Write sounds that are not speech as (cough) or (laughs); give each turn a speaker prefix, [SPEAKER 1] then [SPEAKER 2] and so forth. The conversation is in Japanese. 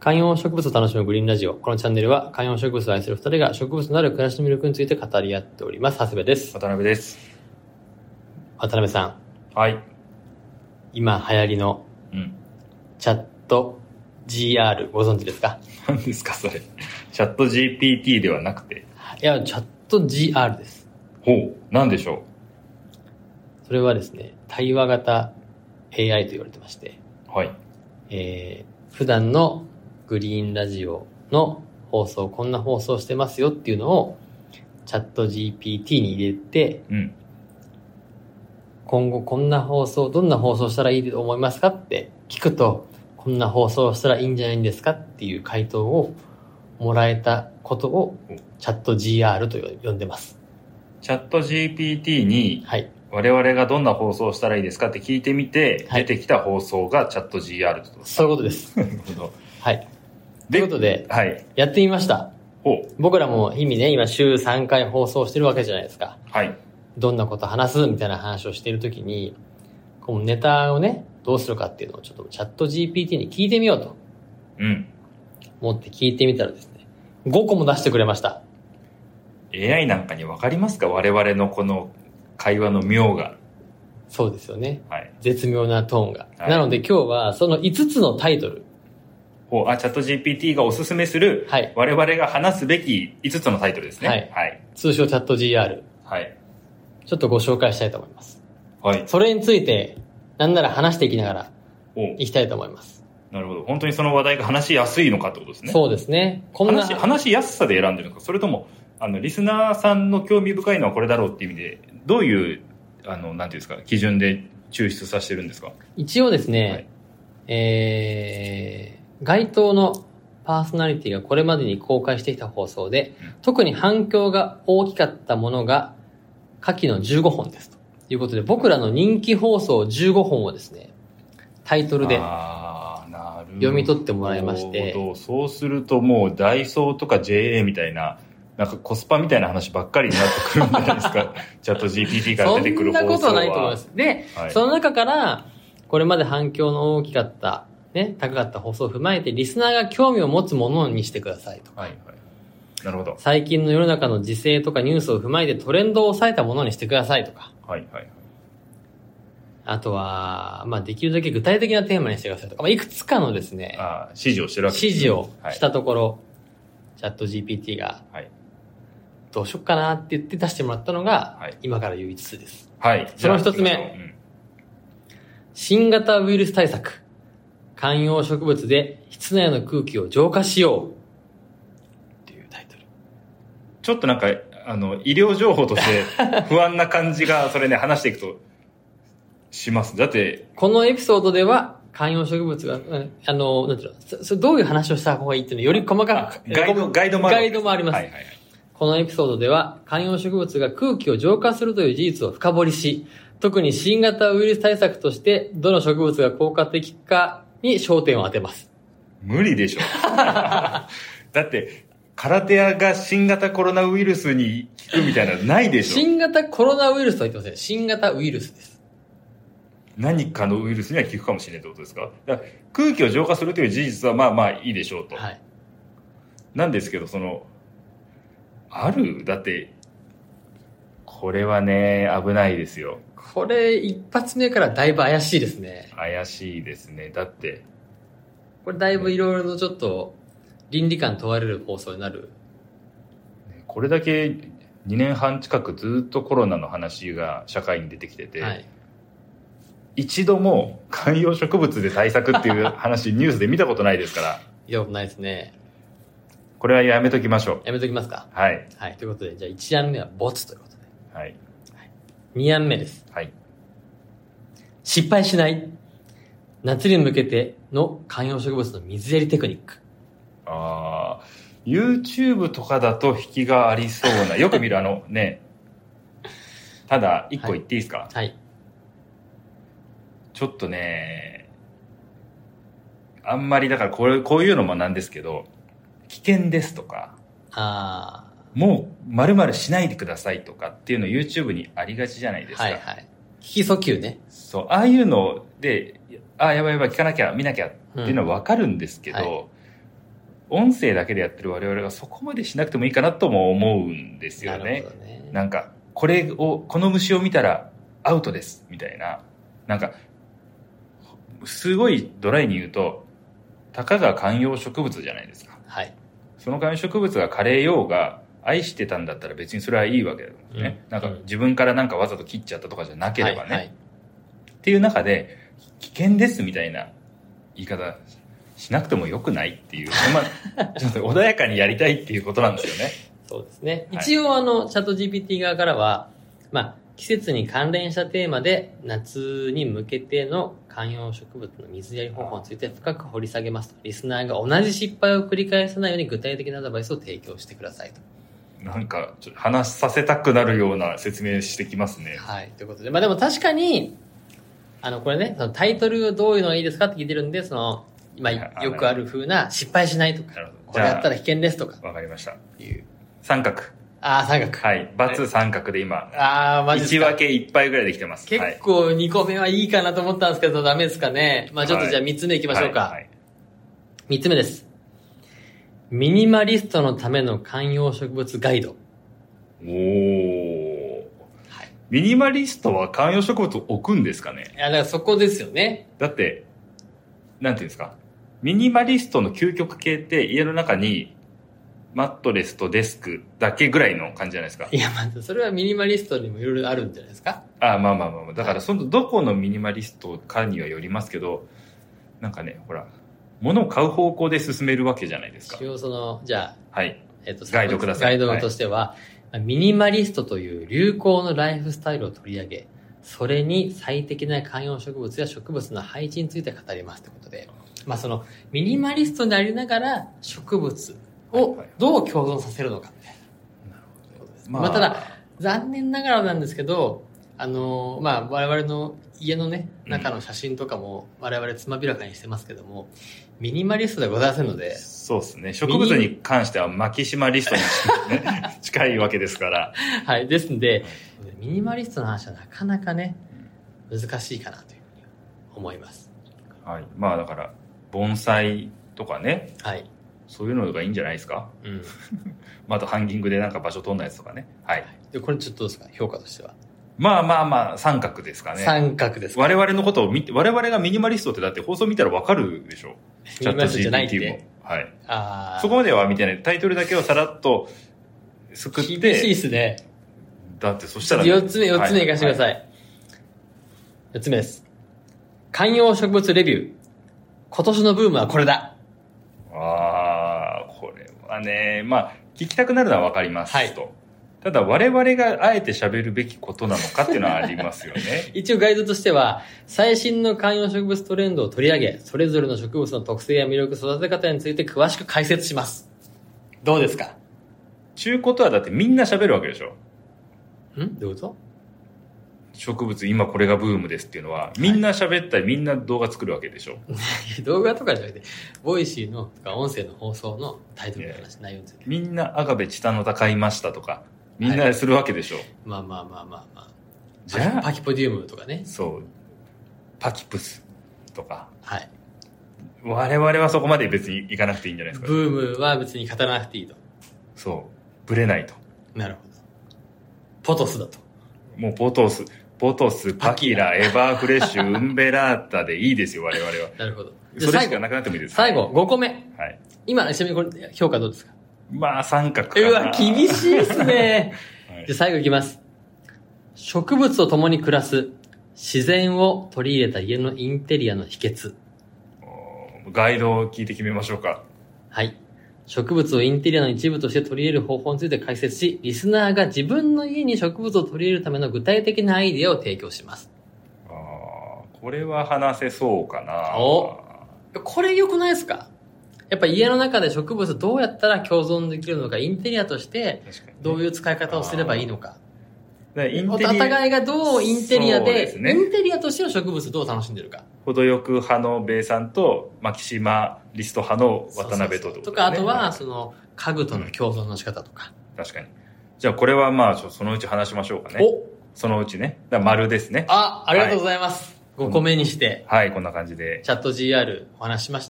[SPEAKER 1] 観葉植物を楽しむグリーンラジオ。このチャンネルは観葉植物を愛する二人が植物のある暮らしの魅力について語り合っております。長谷部です。
[SPEAKER 2] 渡辺です。
[SPEAKER 1] 渡辺さん、
[SPEAKER 2] はい。
[SPEAKER 1] 今流行りの
[SPEAKER 2] うん。
[SPEAKER 1] チャット GR ご存知ですか
[SPEAKER 2] 何ですか、それ。チャット GPT ではなくて。
[SPEAKER 1] いや、チャット GR です。
[SPEAKER 2] ほう。なんでしょ
[SPEAKER 1] それはですね、対話型 AI と言われてまして、
[SPEAKER 2] う。はい。
[SPEAKER 1] えー普段のグリーンラジオの放送、こんな放送してますよっていうのを、チャット GPT に入れて、
[SPEAKER 2] うん。
[SPEAKER 1] 今後こんな放送、どんな放送したらいいと思いますかって聞くと、こんな放送したらいいんじゃないんですかっていう回答をもらえたことを
[SPEAKER 2] うん、
[SPEAKER 1] チャット GR と呼んでます。
[SPEAKER 2] チャット GPT に
[SPEAKER 1] はい。
[SPEAKER 2] 我々がどんな放送をしたらいいですかって聞いてみて、
[SPEAKER 1] はい
[SPEAKER 2] 出てきた放送がチャット GR ってことです。
[SPEAKER 1] そういうことです。
[SPEAKER 2] なるほど。
[SPEAKER 1] はい。と
[SPEAKER 2] で
[SPEAKER 1] いうことで、
[SPEAKER 2] はい。
[SPEAKER 1] やってみました。
[SPEAKER 2] ほう。
[SPEAKER 1] 僕らも意味ね、今週3回放送してるわけじゃないですか。
[SPEAKER 2] はい。
[SPEAKER 1] どんなこと話すみたいな話をしているときに、このネタをね、どうするかっていうのをちょっとチャット GPT に聞いてみようと
[SPEAKER 2] うん。
[SPEAKER 1] 思って聞いてみたらですね、5個も出してくれました。
[SPEAKER 2] AI なんかにわかりますか我々のこの会話の妙が。
[SPEAKER 1] そうですよね。
[SPEAKER 2] はい。
[SPEAKER 1] 絶妙なトーンが。
[SPEAKER 2] はい
[SPEAKER 1] なので今日はその5つのタイトル。
[SPEAKER 2] ほう。あ、チャット GPT がおすすめする、
[SPEAKER 1] はい。
[SPEAKER 2] 我々が話すべき5つのタイトルですね。
[SPEAKER 1] はい
[SPEAKER 2] はい。
[SPEAKER 1] 通称チャット GR。
[SPEAKER 2] はい。
[SPEAKER 1] ちょっとご紹介したいと思います。
[SPEAKER 2] はい。
[SPEAKER 1] それについて、なんなら話していきながら
[SPEAKER 2] ほう。
[SPEAKER 1] いきたいと思います。
[SPEAKER 2] なるほど。本当にその話題が話しやすいのかってことですね。
[SPEAKER 1] そうですね。こんな
[SPEAKER 2] 話、話しやすさで選んでるのか、それとも、あの、リスナーさんの興味深いのはこれだろうっていう意味で、どういう、あの、なんていうんですか、基準で抽出させてるんですか
[SPEAKER 1] 一応ですね、
[SPEAKER 2] はい
[SPEAKER 1] えー、該当のパーソナリティがこれまでに公開してきた放送で、
[SPEAKER 2] うん
[SPEAKER 1] 特に反響が大きかったものが、下記の15本です。ということで、僕らの人気放送15本をですね、タイトルで、
[SPEAKER 2] あーなるほど
[SPEAKER 1] 読み取ってもらいまして
[SPEAKER 2] そうするともう、ダイソーとか JA みたいな、なんかコスパみたいな話ばっかりになってくるんじゃないです
[SPEAKER 1] (laughs)
[SPEAKER 2] か。チャット GPT から
[SPEAKER 1] そ
[SPEAKER 2] 出てくる
[SPEAKER 1] んな
[SPEAKER 2] 放送は。。
[SPEAKER 1] ことないと思いますす。で、
[SPEAKER 2] はい。
[SPEAKER 1] その中から、これまで反響の大きかった、ね、高かった放送を踏まえて、リスナーが興味を持つものにしてくださいと。
[SPEAKER 2] はい、はい。なるほど。
[SPEAKER 1] 最近の世の中の時勢とかニュースを踏まえてトレンドを抑えたものにしてくださいとか、
[SPEAKER 2] はい、はい。
[SPEAKER 1] あとは、まあ、できるだけ具体的なテーマにしてくださいとか、まあ、いくつかのですね、
[SPEAKER 2] あー指示をしてるわけ
[SPEAKER 1] 指示を
[SPEAKER 2] はい
[SPEAKER 1] したところ、チャット GPT が
[SPEAKER 2] はい、
[SPEAKER 1] どうしよっかなって言って出してもらったのが、
[SPEAKER 2] はい
[SPEAKER 1] 今から言う5つです。
[SPEAKER 2] はい。
[SPEAKER 1] その一つ目
[SPEAKER 2] じゃあ行きましょううん
[SPEAKER 1] 新型ウイルス対策。観葉植物で室内の空気を浄化しよう。っていうタイトル。
[SPEAKER 2] ちょっとなんか、あの、医療情報として
[SPEAKER 1] (laughs)
[SPEAKER 2] 不安な感じが、それね、話していくと、します。だって、
[SPEAKER 1] このエピソードでは、観葉植物が、うんあの、なんていうの、そそれどういう話をした方がいいっていうのをより細かく、
[SPEAKER 2] ガイド、ガイドもある。
[SPEAKER 1] ガイドもあります
[SPEAKER 2] はいはいはい。
[SPEAKER 1] このエピソードでは、観葉植物が空気を浄化するという事実を深掘りし、特に新型ウイルス対策として、どの植物が効果的かに焦点を当てます。
[SPEAKER 2] 無
[SPEAKER 1] (laughs)
[SPEAKER 2] 理でしょ。だって、空手屋が新型コロナウイルスに効くみたいなのないでしょ。
[SPEAKER 1] 新型コロナウイルスとは言ってません。新型ウイルスです。
[SPEAKER 2] 何かのウイルスには効くかもしれないってことですかだから空気を浄化するという事実はまあまあいいでしょうと。
[SPEAKER 1] はい。
[SPEAKER 2] なんですけど、その、あるだって、これはね、危ないですよ。
[SPEAKER 1] これ、一発目からだいぶ怪しいですね。
[SPEAKER 2] 怪しいですね。だって、
[SPEAKER 1] これだいぶいろいろとちょっと、倫理観問われる放送になる。
[SPEAKER 2] これだけ2年半近くずっとコロナの話が社会に出てきてて、
[SPEAKER 1] はい。
[SPEAKER 2] 一度も観葉植物で対策っていう話ニュースで見たことないで
[SPEAKER 1] (laughs)
[SPEAKER 2] すから、
[SPEAKER 1] いや、ないですね。
[SPEAKER 2] これはやめときましょう。
[SPEAKER 1] やめときますか。
[SPEAKER 2] はい。
[SPEAKER 1] はい。ということで、じゃあ1案目はボツということで。
[SPEAKER 2] はい。
[SPEAKER 1] 2案目です。
[SPEAKER 2] はい。
[SPEAKER 1] 失敗しない夏に向けての観葉植物の水やりテクニック。
[SPEAKER 2] ああ YouTube とかだと引きがありそう
[SPEAKER 1] (laughs)
[SPEAKER 2] な、よく見るあのね、ただ、一個言っていいですか、
[SPEAKER 1] はい。
[SPEAKER 2] ちょっとね、あんまりだからこれ、こういうのもなんですけど、危険ですとか、
[SPEAKER 1] あ
[SPEAKER 2] もう〇〇しないでくださいとかっていうの YouTube にありがちじゃない
[SPEAKER 1] ー
[SPEAKER 2] ですか。
[SPEAKER 1] はいはい。引き訴求ね。
[SPEAKER 2] そう、ああいうので、ああ、やばいやばい、聞かなきゃ、見なきゃっていうのはわかるんですけど、
[SPEAKER 1] うんは
[SPEAKER 2] 音声だけでやってる我々がそこまでしなくてもいいかなとも思うんですよ
[SPEAKER 1] なる
[SPEAKER 2] ね
[SPEAKER 1] ほ。どね。
[SPEAKER 2] なんか、これを、この虫を見たらアウトです、みたいな。なんか、すごいドライに言うと、たかが観葉植物じゃないですか。
[SPEAKER 1] はい。
[SPEAKER 2] その観葉植物が枯れようが、愛してたんだったら別にそれはいいわけだもんね。
[SPEAKER 1] うん
[SPEAKER 2] なんか
[SPEAKER 1] うん
[SPEAKER 2] 自分からなんかわざと切っちゃったとかじゃなければね。
[SPEAKER 1] はいはい
[SPEAKER 2] っていう中で、危険ですみたいな言い方しなくてもよくないって
[SPEAKER 1] (laughs)
[SPEAKER 2] いう、まあ、ちょっと穏やかにやりたいっていうことなんですよね。
[SPEAKER 1] そうですね。
[SPEAKER 2] はい
[SPEAKER 1] 一応、あの、チャット GPT 側からは、まあ、季節に関連したテーマで、夏に向けての観葉植物の水やり方法について深く掘り下げますと。リスナーが同じ失敗を繰り返さないように具体的なアドバイスを提供してくださいと。
[SPEAKER 2] なんか、ちょっと話させたくなるような説明してきますね。
[SPEAKER 1] はい。ということで、まあでも確かに、あの、これね、そのタイトルどういうのがいいですかって聞いてるんで、その、今
[SPEAKER 2] はいはい
[SPEAKER 1] よくある風な失敗しないと
[SPEAKER 2] な
[SPEAKER 1] か、
[SPEAKER 2] るほど。
[SPEAKER 1] こ
[SPEAKER 2] じ
[SPEAKER 1] れや
[SPEAKER 2] ゃ
[SPEAKER 1] ったら危険ですとか
[SPEAKER 2] あ、わかりました。
[SPEAKER 1] いう。
[SPEAKER 2] 三角。
[SPEAKER 1] ああ、三角。
[SPEAKER 2] はい。バツ三角で今、
[SPEAKER 1] ああ、マジです
[SPEAKER 2] 1
[SPEAKER 1] か
[SPEAKER 2] 分け1杯ぐらいできてます。
[SPEAKER 1] 結
[SPEAKER 2] はい
[SPEAKER 1] 構2個目はいいかなと思ったんですけど、ダメですかね。まあちょっと
[SPEAKER 2] はい
[SPEAKER 1] じゃあ3つ目いきましょう
[SPEAKER 2] はい
[SPEAKER 1] か
[SPEAKER 2] は。い
[SPEAKER 1] 3つ目です。ミニマリストのための観葉植物ガイド。
[SPEAKER 2] おー
[SPEAKER 1] はい。
[SPEAKER 2] ミニマリストは観葉植物を置くんですかね
[SPEAKER 1] いや、だからそこですよね。
[SPEAKER 2] だって、なんていうんですか。ミニマリストの究極系って家の中にマットレスとデスクだけぐらいの感じじゃないですか。
[SPEAKER 1] いや、まあそれはミニマリストにもいろいろあるんじゃないですか。
[SPEAKER 2] ああまあまあまあまあ。だからそのどこのミニマリストかにはよりますけど、なんかね、ほら、物を買う方向で進めるわけじゃないですか
[SPEAKER 1] 一。応その、じゃあ、
[SPEAKER 2] はい。
[SPEAKER 1] えっと、
[SPEAKER 2] ガイドください
[SPEAKER 1] ガイドとしては、ミニマリストという流行のライフスタイルを取り上げ、それに最適な観葉植物や植物の配置について語りますということで、まあその、ミニマリストになりながら植物をどう共存させるのかみたいなことです。まあただ、残念ながらなんですけど、あのーまあ、我々の家のね、
[SPEAKER 2] うん
[SPEAKER 1] 中の写真とかも我々つまびらかにしてますけども、ミニマリストではございませんので、
[SPEAKER 2] そうですね。植物に関してはマキシマリストに、 (laughs) ね、近いわけですから。
[SPEAKER 1] (laughs) はい。ですんで、ミニマリストの話はなかなかね、難しいかなというふうに思います。
[SPEAKER 2] はい。まあだから、盆栽とかね、
[SPEAKER 1] はい。
[SPEAKER 2] そういうのがいいんじゃないですか。
[SPEAKER 1] うん。
[SPEAKER 2] まあ、あとハンギングでなんか場所取んないやつとかね。はい。
[SPEAKER 1] で、これちょっとどうですか評価としては。
[SPEAKER 2] まあまあまあ、三角ですかね。
[SPEAKER 1] 三角ですか
[SPEAKER 2] 我々のことを見て、我々がミニマリストってだって放送見たらわかるでしょ。
[SPEAKER 1] ミニマリストじゃないっ
[SPEAKER 2] GPT も
[SPEAKER 1] て。。
[SPEAKER 2] はい。
[SPEAKER 1] ああ。
[SPEAKER 2] そこまでは見てない。タイトルだけをさらっとすくっ
[SPEAKER 1] 厳しいで
[SPEAKER 2] て、
[SPEAKER 1] すね。
[SPEAKER 2] だってそしたら、
[SPEAKER 1] 四つ目、四つ目いかしてくだ
[SPEAKER 2] い。
[SPEAKER 1] さい。四つ目です。観葉植物レビュー。今年のブームはこれだ。
[SPEAKER 2] ああ、これはね、まあ、聞きたくなるのはわかりますと。
[SPEAKER 1] はい。
[SPEAKER 2] ただ、我々があえて喋るべきことなのかっていうのはありますよね
[SPEAKER 1] 一応ガイドとしては、最新の観葉植物トレンドを取り上げ、それぞれの植物の特性や魅力、育て方について詳しく解説します。どうですか
[SPEAKER 2] ちゅうことはだってみんな喋るわけでしょ。
[SPEAKER 1] んどういうこ
[SPEAKER 2] 植物今これがブームですっていうのはみんな喋ったりみんな動画作るわけでしょ
[SPEAKER 1] と (laughs) 動画とかじゃなくて、ボイシーのとか音声の放送のタイトルの話、内容について。
[SPEAKER 2] みんなアガベチタノタ買いましたとかみんなするわけでしょ、
[SPEAKER 1] まあまあまあまあまあ。
[SPEAKER 2] じゃ
[SPEAKER 1] パ
[SPEAKER 2] あ
[SPEAKER 1] キポディウムとかね。
[SPEAKER 2] そうパキプスとか
[SPEAKER 1] はい。
[SPEAKER 2] 我々はそこまで別にいかなくていいんじゃないですか
[SPEAKER 1] ブームは別に語らなくていいと。
[SPEAKER 2] そうブレないと
[SPEAKER 1] なるほど。ポトスだと。
[SPEAKER 2] もうポトスポトスパキラエバーフレッシュウンベラータでいいですよ我々は
[SPEAKER 1] なるほど。じゃ
[SPEAKER 2] そ
[SPEAKER 1] あ最
[SPEAKER 2] れしか
[SPEAKER 1] 後、
[SPEAKER 2] なくなってもいいです
[SPEAKER 1] 最後、5個目。
[SPEAKER 2] はい
[SPEAKER 1] 今、ちなみにこれ、評価どうですか
[SPEAKER 2] まあ三角か
[SPEAKER 1] う
[SPEAKER 2] な
[SPEAKER 1] わ、厳しいですね。
[SPEAKER 2] はい
[SPEAKER 1] じゃあ最後いきます。植物と共に暮らす、自然を取り入れた家のインテリアの秘訣。
[SPEAKER 2] おーガイドを聞いて決めましょうか
[SPEAKER 1] はい。植物をインテリアの一部として取り入れる方法について解説し、リスナーが自分の家に植物を取り入れるための具体的なアイディアを提供します。
[SPEAKER 2] あーこれは話せそうかな。
[SPEAKER 1] おこれ良くないですかやっぱ家の中で植物どうやったら共存できるのか、インテリアとして
[SPEAKER 2] 確かにね
[SPEAKER 1] どういう使い方をすればいいのか。
[SPEAKER 2] だからイン
[SPEAKER 1] お
[SPEAKER 2] テリア
[SPEAKER 1] 互いがどうインテリア
[SPEAKER 2] そう
[SPEAKER 1] で
[SPEAKER 2] ですね
[SPEAKER 1] インテリアとしての植物どう楽しんでるか。
[SPEAKER 2] 程よく派の米さんと、マキシマリスト派の渡辺と
[SPEAKER 1] そうそうそう
[SPEAKER 2] って
[SPEAKER 1] と
[SPEAKER 2] こ
[SPEAKER 1] か、あ
[SPEAKER 2] だよ
[SPEAKER 1] と
[SPEAKER 2] ね
[SPEAKER 1] は、その、家具との共存の仕方とか。
[SPEAKER 2] 確かに。じゃあこれはまあ、ちょそのうち話しましょうかね。
[SPEAKER 1] お
[SPEAKER 2] そのうちね。だから丸ですね。
[SPEAKER 1] あ、ありがとうございます。5個目にして、
[SPEAKER 2] はい、こんな感じで。
[SPEAKER 1] チャット GR お話ししまし